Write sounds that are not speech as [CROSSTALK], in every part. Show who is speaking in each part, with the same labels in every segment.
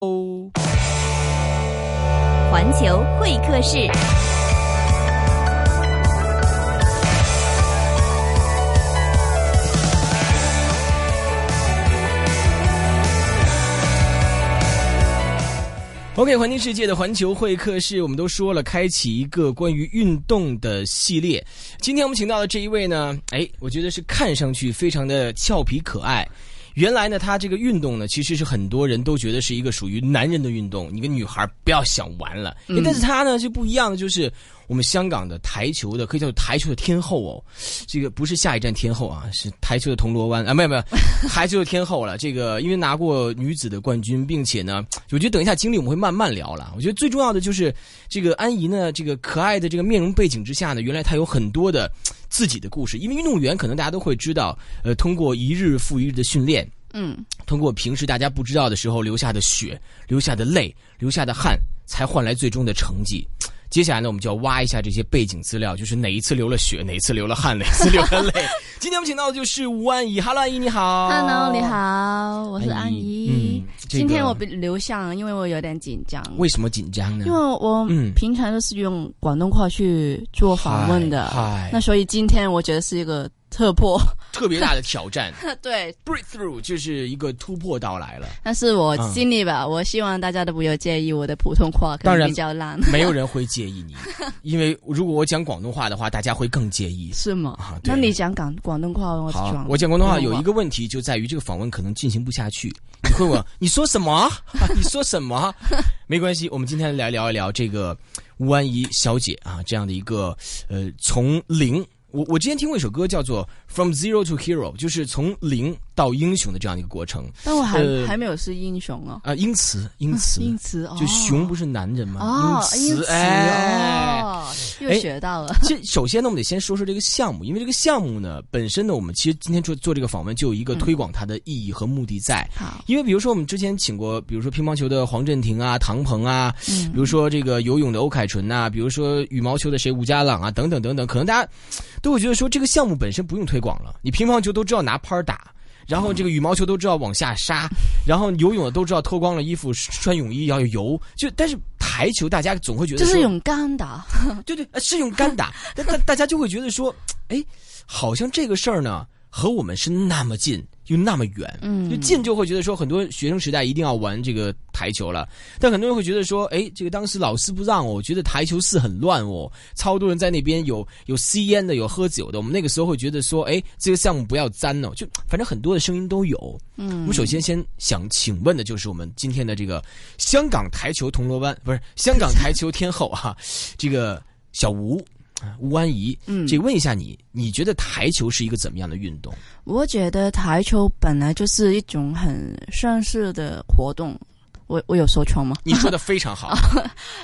Speaker 1: 哦环球会客室。
Speaker 2: OK，环境世界的环球会客室，我们都说了，开启一个关于运动的系列。今天我们请到的这一位呢，哎，我觉得是看上去非常的俏皮可爱。原来呢，他这个运动呢，其实是很多人都觉得是一个属于男人的运动，你跟女孩不要想玩了。哎但是他呢就不一样，就是我们香港的台球的，可以叫做台球的天后哦。这个不是下一站天后啊，是台球的铜锣湾啊，没有没有，台球的天后了。这个因为拿过女子的冠军，并且呢，我觉得嗯等一下经历我们会慢慢聊了。我觉得最重要的就是这个安怡呢，这个可爱的这个面容背景之下呢，原来她有很多的自己的故事。因为运动员可能大家都会知道，呃，通过一日复一日的训练，
Speaker 3: 嗯，
Speaker 2: 通过平时大家不知道的时候留下的血、留下的泪、留下的汗，才换来最终的成绩。接下来呢，我们就要挖一下这些背景资料，就是哪一次流了血，哪一次流了
Speaker 3: [LAUGHS]
Speaker 2: 汗，哪一次流了泪。今天我们请到的就是吴安怡，Hello，安怡你好
Speaker 3: Hello，你，好，我是安怡。
Speaker 2: 嗯这个
Speaker 3: 今天我不留相，因为我有点紧张。
Speaker 2: 为什么紧张呢
Speaker 3: 因？为我
Speaker 2: 嗯
Speaker 3: 平常都是用广东话去做访问的，
Speaker 2: 嗨嗨
Speaker 3: 那所以今天我觉得是一个特
Speaker 2: [LAUGHS]
Speaker 3: 破。
Speaker 2: 特别大的挑
Speaker 3: [LAUGHS]
Speaker 2: 战
Speaker 3: 对，
Speaker 2: ，breakthrough 就是一个突破到来了。
Speaker 3: 但是我尽力吧，我希望大家都不要介意我的普通话，可
Speaker 2: 当然
Speaker 3: 能比较烂，
Speaker 2: 没有人会介意你，因为如果我讲广东话的话，大家会更介意。
Speaker 3: 是吗？
Speaker 2: 啊对
Speaker 3: 那你讲广广东话，我
Speaker 2: 好
Speaker 3: 讲，
Speaker 2: 我讲广东话有一个问题，就在于这个访问可能进行不下去。你会
Speaker 3: [LAUGHS]
Speaker 2: 问你说什么、 [LAUGHS] 啊？你说什么啊？没关系，我们今天来聊一聊这个吴安怡小姐啊，这样的一个呃，从零。我我之前听过一首歌叫做《From Zero to Hero》，就是从零到英雄的这样一个过程
Speaker 3: 但我还、
Speaker 2: 呃
Speaker 3: 还没有是英雄哦，
Speaker 2: 啊、因此，因此，
Speaker 3: 因此哦，
Speaker 2: 就熊不是男人吗？
Speaker 3: 哦，
Speaker 2: 因
Speaker 3: 因
Speaker 2: 此，
Speaker 3: 此
Speaker 2: 哎，
Speaker 3: 哦，又
Speaker 2: 哎
Speaker 3: 学到了，
Speaker 2: 这首先呢，我们得先说说这个项目，因为这个项目呢本身呢，我们其实今天做做这个访问就有一
Speaker 3: 嗯
Speaker 2: 个推广它的意义和目的在。
Speaker 3: 好，
Speaker 2: 因为比如说我们之前请过，比如说乒乓球的黄镇廷啊、唐鹏啊，
Speaker 3: 嗯
Speaker 2: 比如说这个游泳的欧凯纯呐、比如说羽毛球的谁吴家朗啊，等等等等，可能大家都会觉得说这个项目本身不用推广了，你乒乓球都知道拿拍儿打。然后这个羽毛球都知道往下杀， [LAUGHS] 然后游泳的都知道脱光了衣服穿泳衣要游，就但是台球大家总会觉得
Speaker 3: 就是
Speaker 2: 说
Speaker 3: 勇敢打，
Speaker 2: 对对，呃是用杆打，但大大家就会觉得说，哎，好像这个事儿呢和我们是那么近又那么远。
Speaker 3: 嗯
Speaker 2: 就近就会觉得说，很多学生时代一定要玩这个台球了，但很多人会觉得说，哎，这个当时老师不让我，觉得台球室很乱哦，超多人在那边有有吸烟的，有喝酒的。我们那个时候会觉得说，哎，这个项目不要沾哦，就反正很多的声音都有。我
Speaker 3: 嗯
Speaker 2: 们首先先想请问的就是我们今天的这个香港台球铜锣湾，不是香港台球天后啊， [LAUGHS] 这个小吴啊吴安怡，
Speaker 3: 嗯
Speaker 2: 这问一下你，你觉得台球是一个怎么样的运动？
Speaker 3: 我觉得台球本来就是一种很盛世的活动。我我有说错吗？
Speaker 2: 你说的非常
Speaker 3: [LAUGHS]
Speaker 2: 好，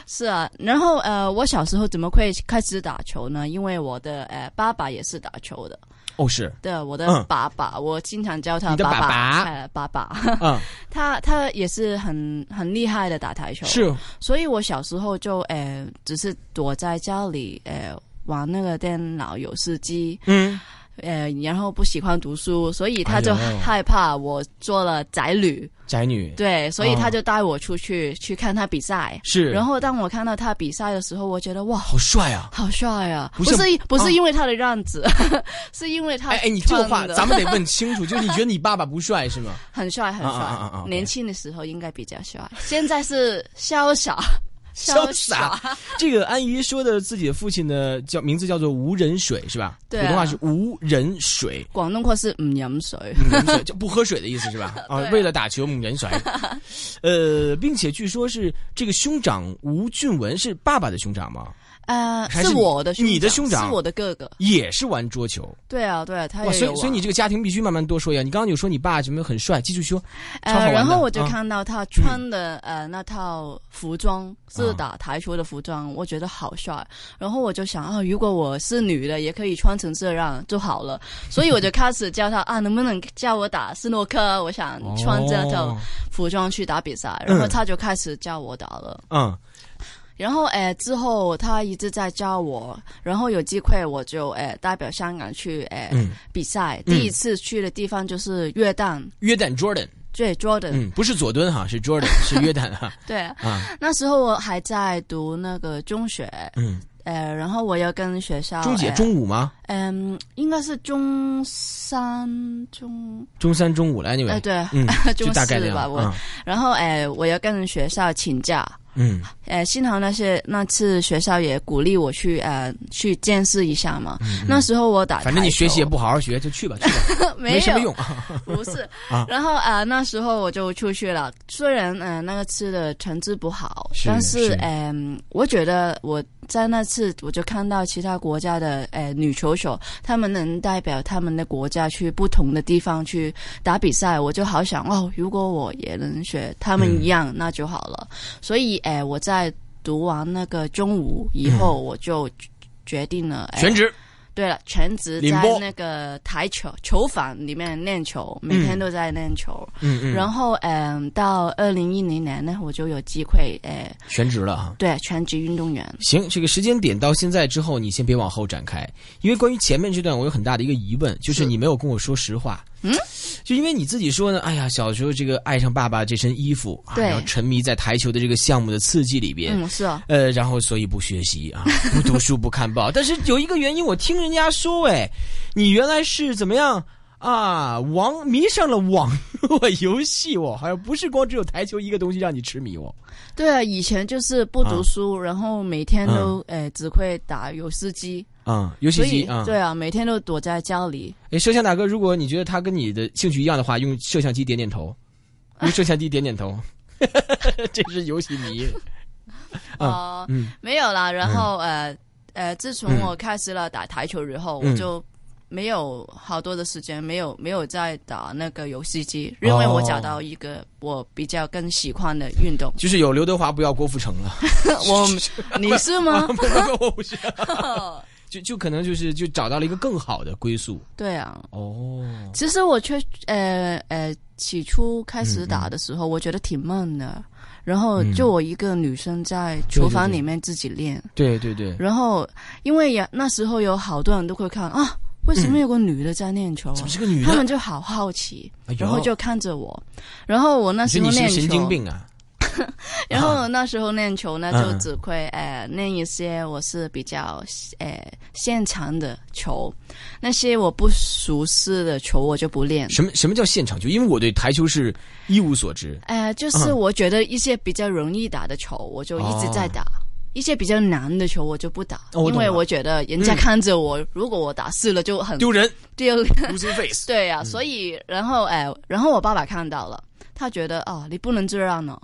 Speaker 3: 是啊，然后呃，我小时候怎么会开始打球呢？因为我的呃爸爸也是打球的，
Speaker 2: 哦是，
Speaker 3: 对，我的
Speaker 2: 嗯
Speaker 3: 爸爸，我经常叫他
Speaker 2: 你的爸
Speaker 3: 爸
Speaker 2: 爸
Speaker 3: 呃爸爸，
Speaker 2: 嗯，
Speaker 3: [LAUGHS] 他他也是很很厉害的打台球，，
Speaker 2: 是
Speaker 3: 所以我小时候就呃只是躲在家里呃玩那个电脑游戏机，
Speaker 2: 嗯，
Speaker 3: 呃，然后不喜欢读书，所以他就
Speaker 2: 哎呦
Speaker 3: 害怕我做了宅女，
Speaker 2: 宅女
Speaker 3: 对，所以
Speaker 2: 哦
Speaker 3: 他就带我出去、去看他比赛。
Speaker 2: 是，
Speaker 3: 然后当我看到他比赛的时候，我觉得哇，
Speaker 2: 好帅啊！
Speaker 3: 好帅啊！
Speaker 2: 不
Speaker 3: 不
Speaker 2: 是
Speaker 3: 是不
Speaker 2: 啊
Speaker 3: 是因为他的样子， [LAUGHS] 是因为他
Speaker 2: 哎哎，你这个话
Speaker 3: 穿得
Speaker 2: 咱们得问清楚，就是你觉得你爸爸不帅是吗？
Speaker 3: [LAUGHS] 很帅很
Speaker 2: 啊啊啊啊啊
Speaker 3: 帅，
Speaker 2: ，OK
Speaker 3: 年轻的时候应该比较帅，现在是潇洒
Speaker 2: [LAUGHS] 潇
Speaker 3: 潇
Speaker 2: 洒
Speaker 3: 洒。
Speaker 2: 啊这个安怡说的自己的父亲呢，叫名字叫做吴仁水是吧？
Speaker 3: 对啊
Speaker 2: 普通话是吴仁水，
Speaker 3: [LAUGHS] 广东话是唔饮水，
Speaker 2: 母人水就不喝水的意思是吧？
Speaker 3: [LAUGHS]
Speaker 2: 啊，
Speaker 3: 对啊
Speaker 2: 为了打球母人
Speaker 3: [LAUGHS]
Speaker 2: 水，呃，并且据说是这个兄长吴俊文是爸爸的兄长吗？
Speaker 3: 呃，
Speaker 2: 还是你
Speaker 3: 我的兄
Speaker 2: 你的兄长
Speaker 3: 是我的哥哥，
Speaker 2: 也是玩桌球
Speaker 3: 对啊对啊，他
Speaker 2: 哇，
Speaker 3: 也
Speaker 2: 所
Speaker 3: 有
Speaker 2: 以所以
Speaker 3: 玩
Speaker 2: 你这个家庭必须慢慢多说呀。你刚刚有说你爸什么很帅，继续说。超好玩
Speaker 3: 呃，
Speaker 2: 的
Speaker 3: 然后我就
Speaker 2: 啊
Speaker 3: 看到他穿的、呃那套服装是打台球的服装，我觉得好帅。然后我就想啊，如果我是女的，也可以穿成这样就好了。所以我就开始叫他啊，能不能叫我打斯诺克？我想穿这套
Speaker 2: 哦
Speaker 3: 服装去打比赛。然后他就开始叫我打了。
Speaker 2: 嗯，
Speaker 3: 然后呃之后他一直在教我，然后有机会我就呃代表香港去呃、
Speaker 2: 嗯
Speaker 3: 比赛。
Speaker 2: 嗯
Speaker 3: 第一次去的地方就是约旦。
Speaker 2: 约旦 Jordan
Speaker 3: 对 Jordan，、
Speaker 2: 嗯，不是佐敦哈，是
Speaker 3: [LAUGHS]
Speaker 2: Jordan，是约旦哈
Speaker 3: 对， [LAUGHS]
Speaker 2: 啊，
Speaker 3: 那时候我还在读那个中学，
Speaker 2: 嗯，
Speaker 3: 呃，然后我又跟学校
Speaker 2: 中姐
Speaker 3: 呃
Speaker 2: 中午吗？
Speaker 3: 嗯，应该是中三中，
Speaker 2: 中三中午了
Speaker 3: 哎、
Speaker 2: ，anyway，
Speaker 3: 对， [LAUGHS]
Speaker 2: 嗯，
Speaker 3: 中
Speaker 2: 就大概那
Speaker 3: 四吧，
Speaker 2: 样
Speaker 3: 我，
Speaker 2: 啊，
Speaker 3: 然后哎、呃我要跟学校请假，
Speaker 2: 嗯
Speaker 3: 呃，幸好那些那次学校也鼓励我去呃去见识一下嘛。那时候我打，
Speaker 2: 嗯反正你学习也不好好学，就去吧，去吧，
Speaker 3: [LAUGHS] 没
Speaker 2: 没什么
Speaker 3: 有
Speaker 2: 用，啊。 [LAUGHS]
Speaker 3: 不是
Speaker 2: 啊。
Speaker 3: 然后啊、呃那时候我就出去了。虽然嗯、呃那个次的成绩不好，
Speaker 2: 是
Speaker 3: 但
Speaker 2: 是
Speaker 3: 是嗯、我觉得我在那次我就看到其他国家的呃女球手，她们能代表他们的国家去不同的地方去打比赛，我就好想哦，如果我也能学他们
Speaker 2: 嗯
Speaker 3: 一样，那就好了。所以哎、呃我在读完那个中午以
Speaker 2: 嗯
Speaker 3: 后，我就。决定了，哎
Speaker 2: 全职，
Speaker 3: 对了，全职
Speaker 2: 领
Speaker 3: 在
Speaker 2: 播
Speaker 3: 那个台球球房里面练球，每天都在练球。
Speaker 2: 嗯嗯，
Speaker 3: 然后，嗯、到二零一零年呢，我就有机会，呃，
Speaker 2: 全职了啊。
Speaker 3: 对，全职运动员。
Speaker 2: 行，这个时间点到现在之后，你先别往后展开，因为关于前面这段我有很大的一个疑问，就是
Speaker 3: 是
Speaker 2: 你没有跟我说实话。
Speaker 3: 嗯，
Speaker 2: 就因为你自己说呢，哎呀，小时候这个爱上爸爸这身衣服，啊、
Speaker 3: 对
Speaker 2: 然后沉迷在台球的这个项目的刺激里边。
Speaker 3: 嗯，是啊，
Speaker 2: 呃，然后所以不学习啊， [LAUGHS] 不读书不看报，但是有一个原因，我听人家说，哎，你原来是怎么样啊？网迷上了网络游戏哦，好像不是光只有台球一个东西让你痴迷哦。
Speaker 3: 对啊，以前就是不读书，
Speaker 2: 嗯
Speaker 3: 然后每天都，呃，只会打游戏机，
Speaker 2: 啊、嗯游戏
Speaker 3: 所
Speaker 2: 机
Speaker 3: 以，
Speaker 2: 啊，
Speaker 3: 对啊，每天都躲在家里。
Speaker 2: 哎，摄像大哥，如果你觉得他跟你的兴趣一样的话，用摄像机点点头，用摄像机点点头， [LAUGHS] 这是游戏迷。啊
Speaker 3: 啊、
Speaker 2: 嗯
Speaker 3: 没有啦。然后，呃，呃，自从我开始了打台球以后，
Speaker 2: 嗯
Speaker 3: 我就。没有好多的时间，没有没有在打那个游戏机，
Speaker 2: 哦
Speaker 3: 因为我找到一个我比较更喜欢的运
Speaker 2: [LAUGHS]
Speaker 3: 动。
Speaker 2: 就是有刘德华，不要郭富城
Speaker 3: [LAUGHS]
Speaker 2: 了。啊
Speaker 3: 我你是吗
Speaker 2: 不？不不，我不是，
Speaker 3: 哦
Speaker 2: [LAUGHS] 就就可能就是就找到了一个更好的归宿。
Speaker 3: 对啊，
Speaker 2: 哦，
Speaker 3: 其实我却呃呃，起初开始打的时候，我觉得挺闷的。然后
Speaker 2: 嗯
Speaker 3: 就我一个女生在厨房里面自己练，
Speaker 2: 对对对，
Speaker 3: 然后因为也那时候有好多人都会看啊，为什
Speaker 2: 嗯
Speaker 3: 么有个女的在练球啊
Speaker 2: 怎么？是个女的
Speaker 3: 他？们就好好奇，
Speaker 2: 哎呦
Speaker 3: 然后就看着我，然后我那
Speaker 2: 你
Speaker 3: 时
Speaker 2: 说
Speaker 3: 候
Speaker 2: 你是
Speaker 3: 练
Speaker 2: 个神经
Speaker 3: 球，
Speaker 2: 病啊？
Speaker 3: 然后那时候练球呢，
Speaker 2: 嗯
Speaker 3: 就只会呃练一些我是比较呃擅长的球，那些我不熟悉的球我就不练。
Speaker 2: 什么什么叫现场球？因为我对台球是一无所知。
Speaker 3: 呃，就是
Speaker 2: 嗯
Speaker 3: 我觉得一些比较容易打的球，我就一直在打。一些比较难的球我就不打，
Speaker 2: 哦我懂
Speaker 3: 因为
Speaker 2: 了
Speaker 3: 我觉得人家
Speaker 2: 嗯
Speaker 3: 看着我，如果我打死了就很
Speaker 2: 丢人
Speaker 3: 丢
Speaker 2: ，losing
Speaker 3: [LAUGHS]
Speaker 2: face。
Speaker 3: 对呀、所以然后哎，然后我爸爸看到了，他觉得哦，你不能这样呢。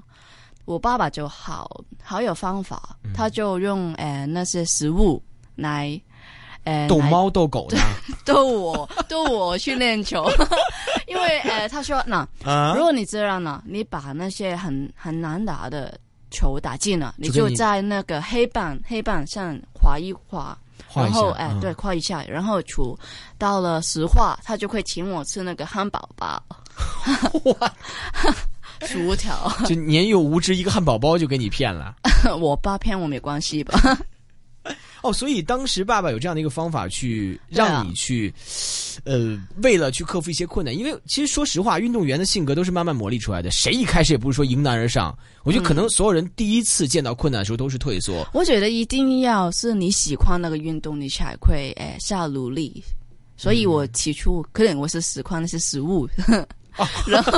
Speaker 3: 我爸爸就好好有方法，他就用哎那些食物来。呃，
Speaker 2: 逗
Speaker 3: 来 [LAUGHS]
Speaker 2: 猫逗狗呢？
Speaker 3: 逗我，逗我去练球， [LAUGHS] 因为呃，他说那
Speaker 2: 啊
Speaker 3: 如，果你这样呢，你把那些很很难打的球打进了，你
Speaker 2: 就跟
Speaker 3: 就
Speaker 2: 你
Speaker 3: 在那个黑板黑板上划一划，
Speaker 2: 晃
Speaker 3: 然
Speaker 2: 一下
Speaker 3: 后哎、
Speaker 2: 嗯
Speaker 3: 对，夸一下，然后出到了石化，他就会请我吃那个汉堡
Speaker 2: [LAUGHS]
Speaker 3: 包、薯条。
Speaker 2: 就嗯年幼无知，一个汉堡包就给你骗
Speaker 3: [LAUGHS]
Speaker 2: 了。
Speaker 3: 我爸骗我没关系吧？ [LAUGHS]
Speaker 2: 哦，所以当时爸爸有这样的一个方法去
Speaker 3: 对啊
Speaker 2: 让你去，呃，为了去克服一些困难，因为其实说实话，运动员的性格都是慢慢磨砺出来的，谁一开始也不是说迎难而上。我觉得可
Speaker 3: 嗯
Speaker 2: 能所有人第一次见到困难的时候都是退缩。
Speaker 3: 我觉得一定要是你喜欢那个运动，你才会哎、下努力。所
Speaker 2: 嗯
Speaker 3: 以我起初可能我是喜欢那些食物， [LAUGHS] 然后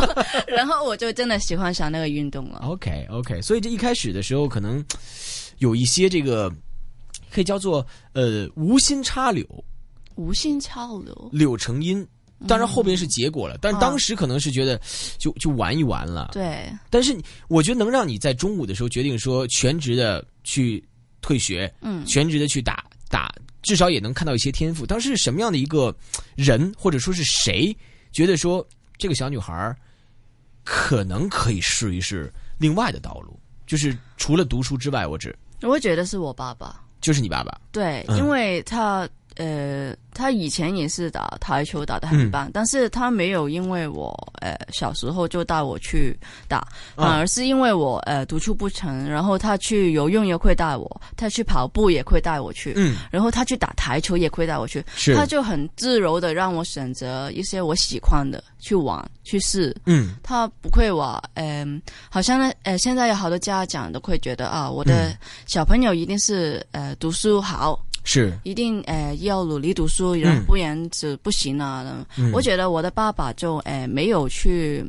Speaker 3: 然后我就真的喜欢上那个运动了。
Speaker 2: OK OK，所以这一开始的时候可能有一些这个可以叫做呃无心插柳，
Speaker 3: 无心插柳，
Speaker 2: 柳成荫。当然后边是结果了，但是当时可能是觉得就就玩一玩了，
Speaker 3: 嗯对，
Speaker 2: 但是你我觉得能让你在中午的时候决定说全职的去退学，
Speaker 3: 嗯
Speaker 2: 全职的去打打，至少也能看到一些天赋。当时是什么样的一个人，或者说是谁，觉得说这个小女孩儿可能可以试一试另外的道路，就是除了读书之外，我只
Speaker 3: 我觉得是我爸爸。
Speaker 2: 就是你爸爸，
Speaker 3: 对，
Speaker 2: 嗯
Speaker 3: 因为他呃，他以前也是打台球打得很
Speaker 2: 嗯
Speaker 3: 棒，但是他没有因为我呃小时候就带我去打，反
Speaker 2: 嗯
Speaker 3: 而是因为我呃读书不成，然后他去游泳也会带我，他去跑步也会带我去，
Speaker 2: 嗯，
Speaker 3: 然后他去打台球也会带我去，
Speaker 2: 是
Speaker 3: 他就很自由的让我选择一些我喜欢的去玩去试，
Speaker 2: 嗯
Speaker 3: 他不会话，嗯、好像呢，呃，现在有好多家长都会觉得啊，我
Speaker 2: 嗯
Speaker 3: 的小朋友一定是呃读书好，
Speaker 2: 是，
Speaker 3: 一定呃要努力读
Speaker 2: 嗯
Speaker 3: 书，不然是不行啊。
Speaker 2: 嗯
Speaker 3: 我觉得我的爸爸就呃没有去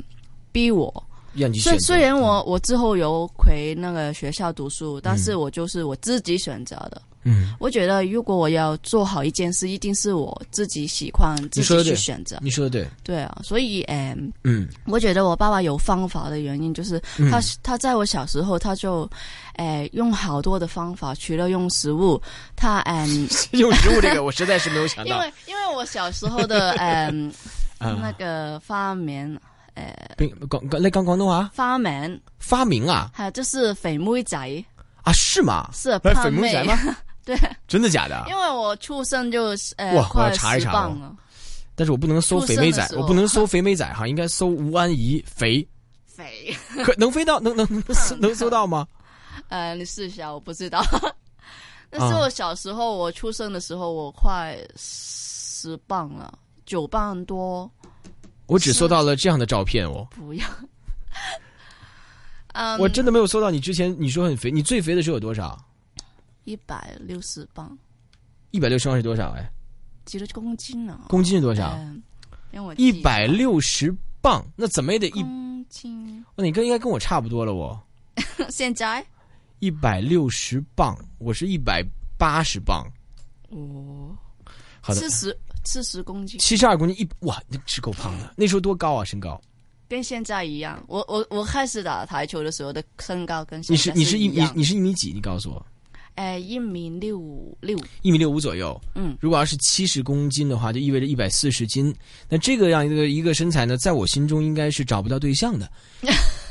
Speaker 3: 逼我，
Speaker 2: 让你选
Speaker 3: 虽
Speaker 2: 择嗯
Speaker 3: 虽然我我之后有回那个学校读书，但是我就是我自己选择的。
Speaker 2: 嗯，
Speaker 3: 我觉得如果我要做好一件事，一定是我自己喜欢，自
Speaker 2: 说得
Speaker 3: 己去
Speaker 2: 对
Speaker 3: 选择。
Speaker 2: 你说的对，
Speaker 3: 对啊，所以嗯。呃
Speaker 2: 嗯
Speaker 3: 我觉得我爸爸有方法的原因，就是
Speaker 2: 嗯
Speaker 3: 他、他在我小时候他就，呃，用好多的方法，除了用食物，他嗯，
Speaker 2: [LAUGHS] 用食物这个我实在是没有想
Speaker 3: [LAUGHS] 因
Speaker 2: 到
Speaker 3: 为因为我小时
Speaker 2: [LAUGHS]
Speaker 3: 候的嗯那
Speaker 2: 啊啊，
Speaker 3: 个发明
Speaker 2: 并广广来讲广东话
Speaker 3: 发明，
Speaker 2: 发明啊
Speaker 3: 还有就是肥妹仔
Speaker 2: 啊是吗？
Speaker 3: 是
Speaker 2: 哎
Speaker 3: 胖
Speaker 2: 粉木
Speaker 3: 妹
Speaker 2: 仔，吗？
Speaker 3: 对，
Speaker 2: 真的假的？
Speaker 3: 因为我出生就是呃
Speaker 2: 哇我要
Speaker 3: 快
Speaker 2: 查一哦
Speaker 3: 十
Speaker 2: 查
Speaker 3: 磅了，
Speaker 2: 但是我不能搜
Speaker 3: 出
Speaker 2: 肥妹
Speaker 3: 生的
Speaker 2: 仔，
Speaker 3: 时
Speaker 2: 我
Speaker 3: 候
Speaker 2: 不能搜肥妹仔
Speaker 3: [LAUGHS]
Speaker 2: 哈，应该搜吴安怡肥，
Speaker 3: 肥， [LAUGHS]
Speaker 2: 可能飞到能能能搜能搜到吗？
Speaker 3: 呃，你试一下，我不
Speaker 2: [LAUGHS]
Speaker 3: 知道。但是
Speaker 2: 啊
Speaker 3: 我小时候，我出生的时候，我快十磅了，九磅多，
Speaker 2: 我只搜到了这样的照片哦，
Speaker 3: 不要。 [LAUGHS] 嗯，
Speaker 2: 我真的没有搜到你之前你说很肥，你最肥的时候有多少？
Speaker 3: 一百六十磅，
Speaker 2: 一百六十磅是多少？哎，
Speaker 3: 几多公斤呢？
Speaker 2: 公斤是多少？
Speaker 3: 嗯，因为我
Speaker 2: 一
Speaker 3: 记
Speaker 2: 百六十磅，那怎么也得一，
Speaker 3: 公斤，
Speaker 2: 那你跟应该跟我差不多了我。
Speaker 3: 现在
Speaker 2: 一百六十磅，我是一百八十磅。
Speaker 3: 哦，
Speaker 2: 好的
Speaker 3: 四，十四十公斤，
Speaker 2: 七十二公斤一哇，那是够胖的。那时候多高啊？身高？
Speaker 3: 跟现在一样。我我我开始打台球的时候的身高跟
Speaker 2: 你
Speaker 3: 现
Speaker 2: 是
Speaker 3: 在
Speaker 2: 你
Speaker 3: 是
Speaker 2: 一
Speaker 3: 一
Speaker 2: 你
Speaker 3: 样，
Speaker 2: 你是一米几？你告诉我，
Speaker 3: 哎，一米六五六，
Speaker 2: 一米六五左右。
Speaker 3: 嗯，
Speaker 2: 如果要是七十公斤的话，就意味着一百四十斤。那这个样一个一个身材呢，在我心中应该是找不到对象
Speaker 3: [LAUGHS]
Speaker 2: 的。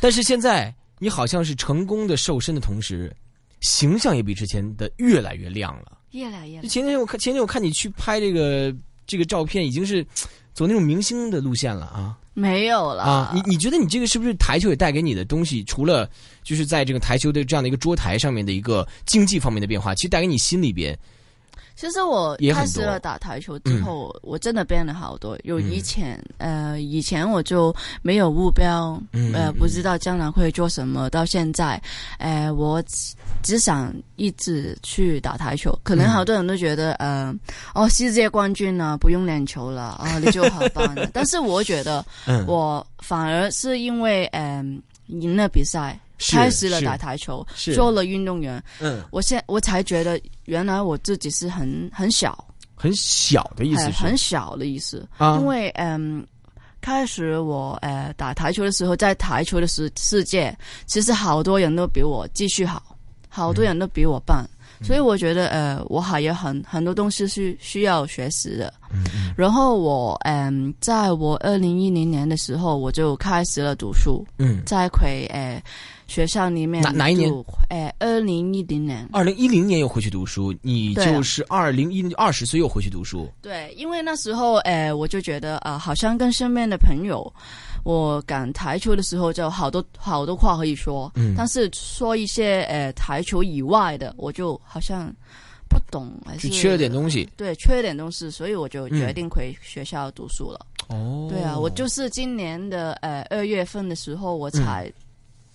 Speaker 2: 但是现在你好像是成功的瘦身的同时，形象也比之前的越来越亮了。
Speaker 3: 越来越
Speaker 2: 就前天我看前天我看你去拍这个这个照片，已经是走那种明星的路线了啊
Speaker 3: 没有了
Speaker 2: 啊！你你觉得你这个是不是台球也带给你的东西？除了就是在这个台球的这样的一个桌台上面的一个经济方面的变化，其实带给你心里边
Speaker 3: 其实我
Speaker 2: 也很
Speaker 3: 开
Speaker 2: 多
Speaker 3: 始了打台球之后，
Speaker 2: 嗯
Speaker 3: 我真的变了好多。有以前，呃，以前我就没有目标，
Speaker 2: 嗯
Speaker 3: 呃，
Speaker 2: 嗯
Speaker 3: 不知道将来会做什么。到现在，呃，我只只想一直去打台球。可能
Speaker 2: 嗯
Speaker 3: 好多人都觉得，呃，哦，世界冠军啊，不用练球了，啊、你就好
Speaker 2: [LAUGHS]
Speaker 3: 棒了。但是我觉得，
Speaker 2: 嗯
Speaker 3: 我反而是因为，嗯、赢了比赛，
Speaker 2: 是
Speaker 3: 开始了
Speaker 2: 是
Speaker 3: 打台球，
Speaker 2: 是
Speaker 3: 做了运动员，
Speaker 2: 嗯
Speaker 3: 我现我才觉得，原来我自己是很很小，
Speaker 2: 很小的意思
Speaker 3: 很
Speaker 2: 是
Speaker 3: 哎很小的意思。
Speaker 2: 啊
Speaker 3: 因为嗯，开始我呃打台球的时候，在台球的世世界，其实好多人都比我技术好，好多人都比我棒。
Speaker 2: 嗯
Speaker 3: 所以我觉得，呃，我还有很很多东西是需要学习的。
Speaker 2: 嗯
Speaker 3: 然后我，嗯、在我二零一零年的时候，我就开始了读书，
Speaker 2: 嗯。
Speaker 3: 在葵呃学校里面
Speaker 2: 哪哪一年
Speaker 3: 读？呃，二零一零年。
Speaker 2: 二零一零年又回去读书，你
Speaker 3: 对啊
Speaker 2: 就是二零一二十岁又回去读书，
Speaker 3: 对，因为那时候，诶、我就觉得啊、好像跟身边的朋友，我讲台球的时候，就好多好多话可以说，
Speaker 2: 嗯
Speaker 3: 但是说一些诶、呃台球以外的，我就好像不懂，还是
Speaker 2: 就缺了点东西。
Speaker 3: 对，缺了点东西，所以我就决定回学校读书了。
Speaker 2: 哦嗯
Speaker 3: 对啊，我就是今年的呃二月份的时候，我才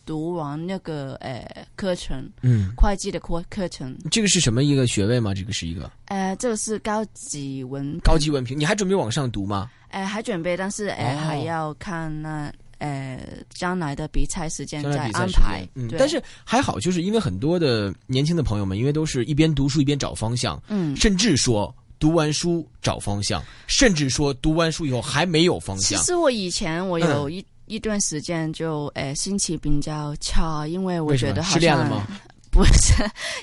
Speaker 3: 读完那个诶、呃课程，
Speaker 2: 嗯，
Speaker 3: 会计的课课程，
Speaker 2: 这个是什么一个学位吗？这个是一个
Speaker 3: 呃，这个是高级文凭
Speaker 2: 高级文凭，你还准备往上读吗？
Speaker 3: 哎，还准备，但是哎、
Speaker 2: 哦
Speaker 3: 还要看那呃将来的比赛时间
Speaker 2: 将来
Speaker 3: 再
Speaker 2: 比赛
Speaker 3: 安
Speaker 2: 时
Speaker 3: 排
Speaker 2: 间。嗯，
Speaker 3: 对，
Speaker 2: 但是还好，就是因为很多的年轻的朋友们，因为都是一边读书一边找方向，
Speaker 3: 嗯，
Speaker 2: 甚至说读完书找方向，甚至说读完书以后还没有方
Speaker 3: 其
Speaker 2: 向。
Speaker 3: 实我以前我
Speaker 2: 嗯
Speaker 3: 有一、一段时间就哎心情比较差，因为我
Speaker 2: 为什
Speaker 3: 觉
Speaker 2: 么
Speaker 3: 得好
Speaker 2: 失恋了
Speaker 3: 像
Speaker 2: 吗？
Speaker 3: [LAUGHS] 不是，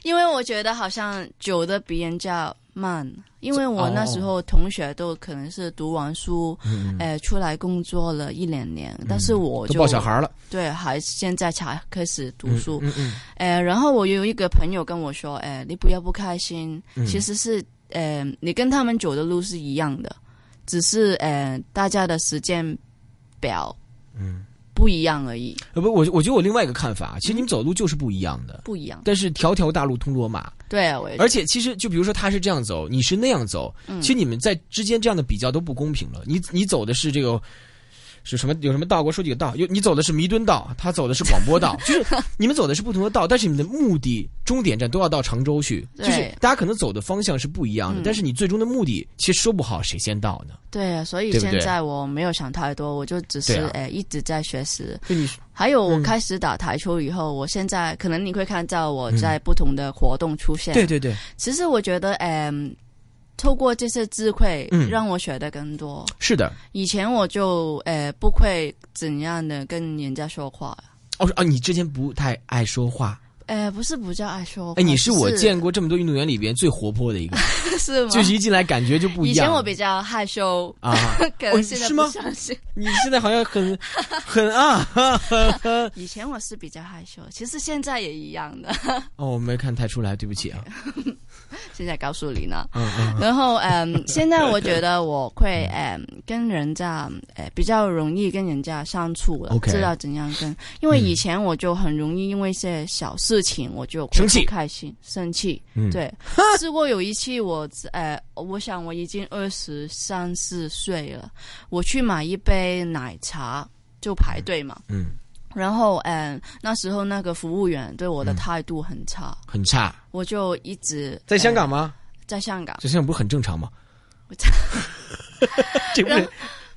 Speaker 3: 因为我觉得好像走的比人家慢，因为我那时候同学都可能是读完书，
Speaker 2: 嗯，
Speaker 3: 哎、出来工作了一两年，但是我
Speaker 2: 都
Speaker 3: 就
Speaker 2: 抱小孩了，
Speaker 3: 对，还现在才开始读
Speaker 2: 嗯
Speaker 3: 书。
Speaker 2: 嗯嗯
Speaker 3: 呃呃，然后我有一个朋友跟我说，哎、你不要不开心，
Speaker 2: 嗯
Speaker 3: 其实是呃，你跟他们走的路是一样的，只是呃，大家的时间表
Speaker 2: 嗯，
Speaker 3: 不一样而已，
Speaker 2: 呃不，我我觉得我另外一个看法，啊其实你们走路就是不一样的。
Speaker 3: 不一样。
Speaker 2: 但是条条大路通罗马，
Speaker 3: 对啊，我也
Speaker 2: 而且其实就比如说他是这样走，你是那样走，
Speaker 3: 嗯
Speaker 2: 其实你们在之间这样的比较都不公平了。你你走的是这个。是什么？有什么道？给我说几个道。有你走的是弥敦道，他走的是广播道，就是你们走的是不同的道，但是你们的目的终点站都要到常州去，
Speaker 3: 对
Speaker 2: 就是大家可能走的方向是不一样的，
Speaker 3: 嗯
Speaker 2: 但是你最终的目的其实说不好谁先到呢。
Speaker 3: 对啊，所以
Speaker 2: 对不对
Speaker 3: 现在我没有想太多，我就只是
Speaker 2: 对啊
Speaker 3: 呃一直在学习。
Speaker 2: 就你
Speaker 3: 还有，我
Speaker 2: 嗯
Speaker 3: 开始打台球以后，我现在可能你会看到我在不同的活动出现。
Speaker 2: 嗯对，对对，
Speaker 3: 其实我觉得，嗯，透过这些智慧
Speaker 2: 嗯，
Speaker 3: 让我学的更多。
Speaker 2: 是的。
Speaker 3: 以前我就呃不会怎样的跟人家说话，
Speaker 2: 哦啊，你之前不太爱说话，
Speaker 3: 呃，不是不叫爱说话。
Speaker 2: 哎，你是我见
Speaker 3: 过
Speaker 2: 过这么多运动员里边最活泼的一个，
Speaker 3: [LAUGHS] 是吗？
Speaker 2: 就是一进来感觉就不一
Speaker 3: 以
Speaker 2: 样。
Speaker 3: 前我比较害羞，
Speaker 2: 啊， [LAUGHS]
Speaker 3: 可能
Speaker 2: 哦
Speaker 3: 现在
Speaker 2: 是吗
Speaker 3: 不相信。
Speaker 2: 你现在好像
Speaker 3: [LAUGHS]
Speaker 2: 很很啊， [LAUGHS]
Speaker 3: 以前我是比较害羞，其实现在也一样的。
Speaker 2: 哦，我没看太出来，对不起啊，
Speaker 3: 现在告诉你呢。
Speaker 2: 嗯嗯，
Speaker 3: 然后，
Speaker 2: [LAUGHS]
Speaker 3: 嗯，现在我觉得我会，嗯，跟人家，呃，比较容易跟人家相处了
Speaker 2: OK 嗯
Speaker 3: 知道怎样跟。因为以前我就很容易因为一些小事情我就
Speaker 2: 生气
Speaker 3: 不开心、生气。
Speaker 2: 嗯 [LAUGHS]
Speaker 3: 对，试过有一期我，呃，我想我已经二十三四岁了，我去买一杯奶茶就排队嘛，
Speaker 2: 嗯，
Speaker 3: 然后，嗯，那时候那个服务员对我的
Speaker 2: 嗯
Speaker 3: 态度很差，
Speaker 2: 很差，
Speaker 3: 我就一直
Speaker 2: 在香港
Speaker 3: 呃
Speaker 2: 吗？
Speaker 3: 在香港。
Speaker 2: 在香港不是很正常吗
Speaker 3: 我？
Speaker 2: 这不是哎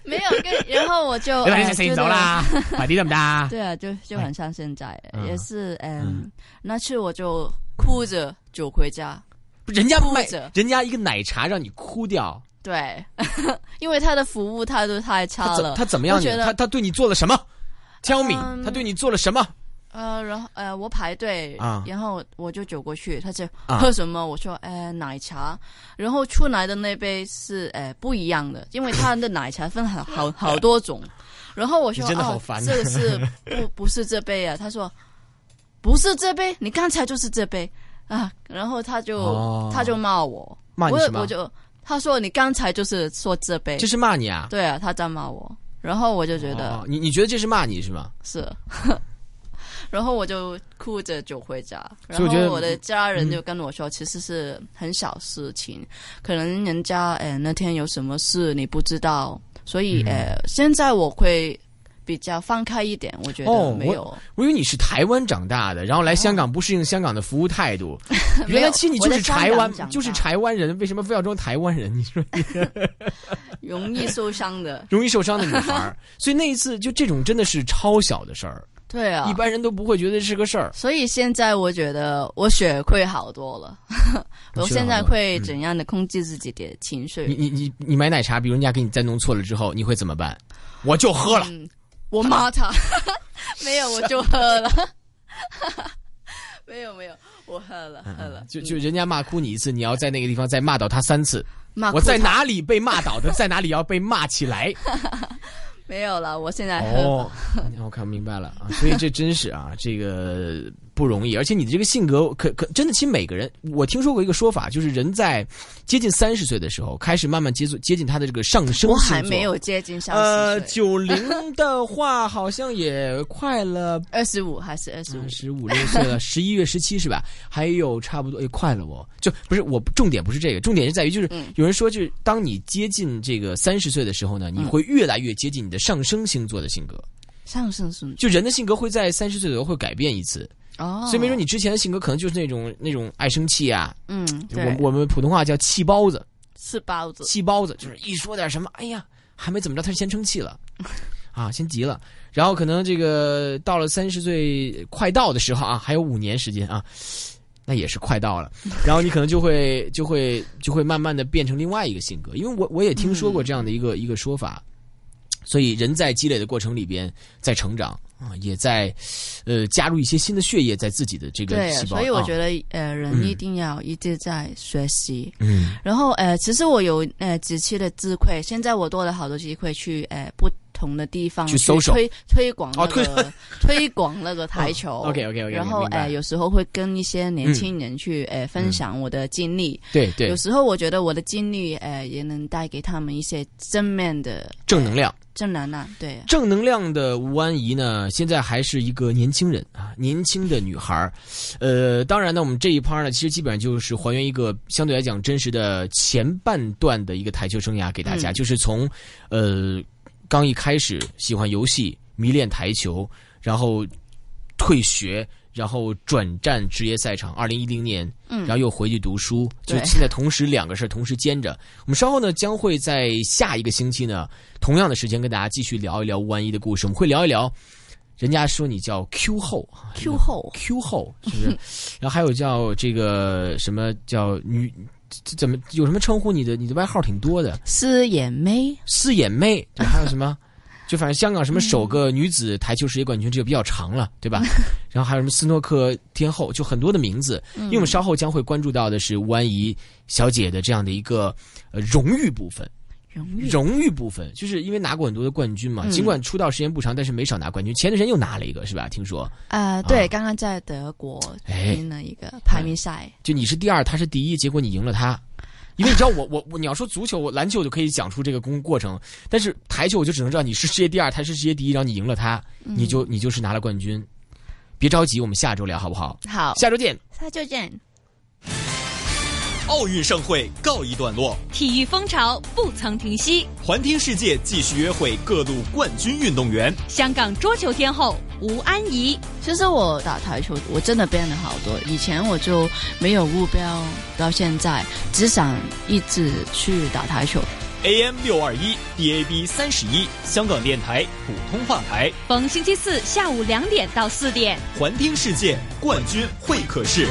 Speaker 3: 没有跟，然后我
Speaker 2: [LAUGHS]
Speaker 3: 就
Speaker 2: 原来
Speaker 3: 呃
Speaker 2: 是
Speaker 3: 就
Speaker 2: 走啦，快点得不得？
Speaker 3: 对啊，就就很像现在，
Speaker 2: 嗯
Speaker 3: 也是嗯
Speaker 2: 嗯，
Speaker 3: 那次我就哭着走回家，
Speaker 2: 人家卖
Speaker 3: 哭着，
Speaker 2: 人家一个奶茶让你哭掉，
Speaker 3: 对， [LAUGHS] 因为他的服务态度太
Speaker 2: 他
Speaker 3: 差
Speaker 2: 怎
Speaker 3: 了。
Speaker 2: 他怎么样
Speaker 3: 我
Speaker 2: 你？
Speaker 3: 觉得
Speaker 2: 他他对你做了什么？Tell me，
Speaker 3: 嗯
Speaker 2: 他对你做了什么？
Speaker 3: 呃，然后呃，我排队
Speaker 2: 啊，
Speaker 3: 然后我就走过去，他就
Speaker 2: 啊
Speaker 3: 喝什么？我说呃奶茶，然后出来的那杯是呃不一样的，因为他的奶茶分好好好多
Speaker 2: [LAUGHS]
Speaker 3: 种。然后我说
Speaker 2: 你真的好
Speaker 3: 哦
Speaker 2: 烦
Speaker 3: 这个是不不是这杯啊？他说不是这杯，你刚才就是这杯啊。然后他就、
Speaker 2: 哦
Speaker 3: 他就骂我，
Speaker 2: 骂你
Speaker 3: 我
Speaker 2: 什
Speaker 3: 我
Speaker 2: 么？
Speaker 3: 就他说你刚才就是说这杯，
Speaker 2: 这是骂你啊？
Speaker 3: 对啊，他在骂我。然后我就觉得、
Speaker 2: 哦你你觉得这是骂你是吗？
Speaker 3: 是， [LAUGHS] 然后我就哭着走回家，然
Speaker 2: 所以我觉得嗯
Speaker 3: 后我的家人就跟我说，其实是很小事情，可能人家呃那天有什么事你不知道，所以、
Speaker 2: 嗯
Speaker 3: 呃现在我会比较放开一点，我觉
Speaker 2: 哦
Speaker 3: 得没有、
Speaker 2: 我以为你是台湾长大的，然后来香港不适应香港的服务态
Speaker 3: [LAUGHS]
Speaker 2: 度。
Speaker 3: 没有
Speaker 2: 原来其实你就是台
Speaker 3: 我
Speaker 2: 湾
Speaker 3: 在香港长，大
Speaker 2: 就是台湾人，为什么非要装台湾人？ [LAUGHS] 你说
Speaker 3: 容易受
Speaker 2: [LAUGHS]，
Speaker 3: 伤的
Speaker 2: 容易受伤的女孩
Speaker 3: [LAUGHS]
Speaker 2: 儿，所以那一次就这种真的是超小的事儿，
Speaker 3: 对啊
Speaker 2: 一。般人都不会觉得是个事儿。
Speaker 3: 所以现在我觉得我学会好多了， [LAUGHS] 我现在
Speaker 2: 嗯
Speaker 3: 会怎样的控制自己的情绪？
Speaker 2: 你你你你买奶茶，比如人家给你再弄错了之后，你会怎么办？我就喝了，
Speaker 3: 嗯，我
Speaker 2: [LAUGHS]
Speaker 3: 骂他，没有我就喝了，
Speaker 2: 啊
Speaker 3: [LAUGHS] 没有没有我喝了
Speaker 2: 嗯
Speaker 3: 喝了，
Speaker 2: 就就人家骂哭你一次，你要在那个地方再骂倒他三次。
Speaker 3: 骂
Speaker 2: 我
Speaker 3: 啊哭
Speaker 2: 在
Speaker 3: 他
Speaker 2: 哪里被骂倒的，在哪里要被骂起来。
Speaker 3: 没有了，我现在喝吧。
Speaker 2: 哦， [LAUGHS] 我看明白了啊，所以这真是啊，这个不容易，而且你的这个性格可可真的，其实每个人，我听说过一个说法，就是人在接近三十岁的时候，开始慢慢接触接近他的这个上升星
Speaker 3: 我还
Speaker 2: 座
Speaker 3: 没。有接近三
Speaker 2: 呃，
Speaker 3: 十岁，
Speaker 2: 九零的话好像也快了
Speaker 3: 二十五还是二十五？
Speaker 2: 十五六岁了，十一月十七是吧？还有差不多，哎，快了我，就不是我重点不是这个，重点是在于就是、
Speaker 3: 嗯
Speaker 2: 有人说，就是当你接近这个三十岁的时候呢，你
Speaker 3: 嗯
Speaker 2: 会越来越接近你的上升星座的性格。
Speaker 3: 上升是
Speaker 2: 就人的性格会在三十岁左右会改变一次，
Speaker 3: 哦，
Speaker 2: 所以没准你之前的性格可能就是那种那种爱生气啊，
Speaker 3: 嗯，
Speaker 2: 我
Speaker 3: 对，
Speaker 2: 我们普通话叫气包子，
Speaker 3: 吃包子
Speaker 2: 气包子就是一说点什么，哎呀，还没怎么着，他就先生气
Speaker 3: [LAUGHS]
Speaker 2: 了，啊，先急了，然后可能这个到了三十岁快到的时候啊，还有五年时间啊。那也是快到
Speaker 3: [LAUGHS]
Speaker 2: 了，然后你可能就会就会就会慢慢的变成另外一个性格，因为我我也听说过这样的一个、
Speaker 3: 嗯
Speaker 2: 一个说法，所以人在积累的过程里边在成长啊，也在呃加入一些新的血液在自己的这个
Speaker 3: 对，
Speaker 2: 细胞。
Speaker 3: 所以我
Speaker 2: 啊
Speaker 3: 觉得呃，人
Speaker 2: 嗯
Speaker 3: 一定要一直在学习，
Speaker 2: 嗯
Speaker 3: 然后呃，其实我有呃几期的智慧，现在我多了好多机会去呃不同的地方
Speaker 2: 去搜索
Speaker 3: 推推广那个、
Speaker 2: 哦
Speaker 3: [LAUGHS] 推广那个台球。
Speaker 2: [LAUGHS] OK OK OK，
Speaker 3: 哦然后
Speaker 2: 明白
Speaker 3: 呃，有时候会跟一些年轻人去、呃分享我的经历。
Speaker 2: 对嗯对
Speaker 3: 有，时候我觉得我的经历呃也能带给他们一些正面的
Speaker 2: 正能量。
Speaker 3: 正能量。对，
Speaker 2: 正能量的吴安怡呢，现在还是一个年轻人啊，年轻的女孩儿。呃，当然呢，我们这一趴呢，其实基本上就是还原一个相对来讲真实的前半段的一个台球生涯给大家，
Speaker 3: 嗯
Speaker 2: 就是从呃刚一开始喜欢游戏，迷恋台球，然后退学。然后转战职业赛场，二零一零年，
Speaker 3: 嗯
Speaker 2: 然后又回去读书，就
Speaker 3: 对
Speaker 2: 现在同时两个事儿同时兼着。我们稍后呢将会在下一个星期呢，同样的时间跟大家继续聊一聊吴安一的故事。我们会聊一聊，人家说你叫 Q 后
Speaker 3: Q 后
Speaker 2: Q 后是不
Speaker 3: [LAUGHS]
Speaker 2: 是？然后还有叫这个什么叫女，这怎么有什么称呼你的？你的外号挺多的，
Speaker 3: 四眼妹，
Speaker 2: 四眼
Speaker 3: [LAUGHS]
Speaker 2: 妹，对还有什么？就反正香港什么首
Speaker 3: 嗯
Speaker 2: 个女子台球世界冠军，这个比较长了，对
Speaker 3: [LAUGHS]
Speaker 2: 吧？然后还有什么斯诺克天后，就很多的名字。
Speaker 3: 嗯
Speaker 2: 因为我们稍后将会关注到的是吴安怡小姐的这样的一个呃荣誉部分。
Speaker 3: 荣誉
Speaker 2: 荣誉部分，就是因为拿过很多的冠军嘛。
Speaker 3: 嗯
Speaker 2: 尽管出道时间不长，但是没少拿冠军。前段时间又拿了一个，是吧？听说，
Speaker 3: 啊，对，
Speaker 2: 啊
Speaker 3: 刚刚在德国
Speaker 2: 哎，
Speaker 3: 赢了一个排名赛，
Speaker 2: 就你是第二，他是第一，结果你赢了他。因为你知道我我我，你要说足球、我篮球，我就可以讲出这个工过程，但是台球我就只能知道你是世界第二，他是世界第一，然后你赢了他，你就你就是拿了冠军。别着急，我们下周聊好不好？
Speaker 3: 好，
Speaker 2: 下周见。
Speaker 3: 下周见。
Speaker 1: 奥运盛会告一段落，
Speaker 4: 体育风潮不曾停息，
Speaker 1: 环听世界继续约会各路冠军运动员。
Speaker 4: 香港桌球天后吴安怡，
Speaker 3: 其实我打台球，我真的变了好多。以前我就没有目标，到现在只想一直去打台球。
Speaker 1: AM 六二一，DAB 三十一，香港电台普通话台，
Speaker 4: 逢星期四下午两点到四点。
Speaker 1: 环听世界冠军会客室。